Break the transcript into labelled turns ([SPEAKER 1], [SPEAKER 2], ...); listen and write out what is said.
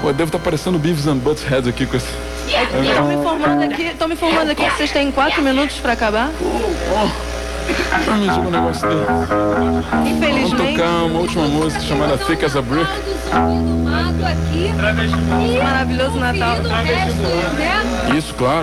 [SPEAKER 1] Pô, devo estar parecendo Beavis and Butthead aqui com esse.
[SPEAKER 2] Estão me informando aqui, estão me informando aqui que vocês têm quatro minutos para acabar.
[SPEAKER 1] Ah, me diga um negócio dele. Vamos
[SPEAKER 2] Infelizmente,
[SPEAKER 1] tocar uma última música chamada Thick as a Brick.
[SPEAKER 3] Subindo o mato aqui.
[SPEAKER 2] maravilhoso Natal.
[SPEAKER 3] Pedindo o resto, né?
[SPEAKER 1] Isso, claro.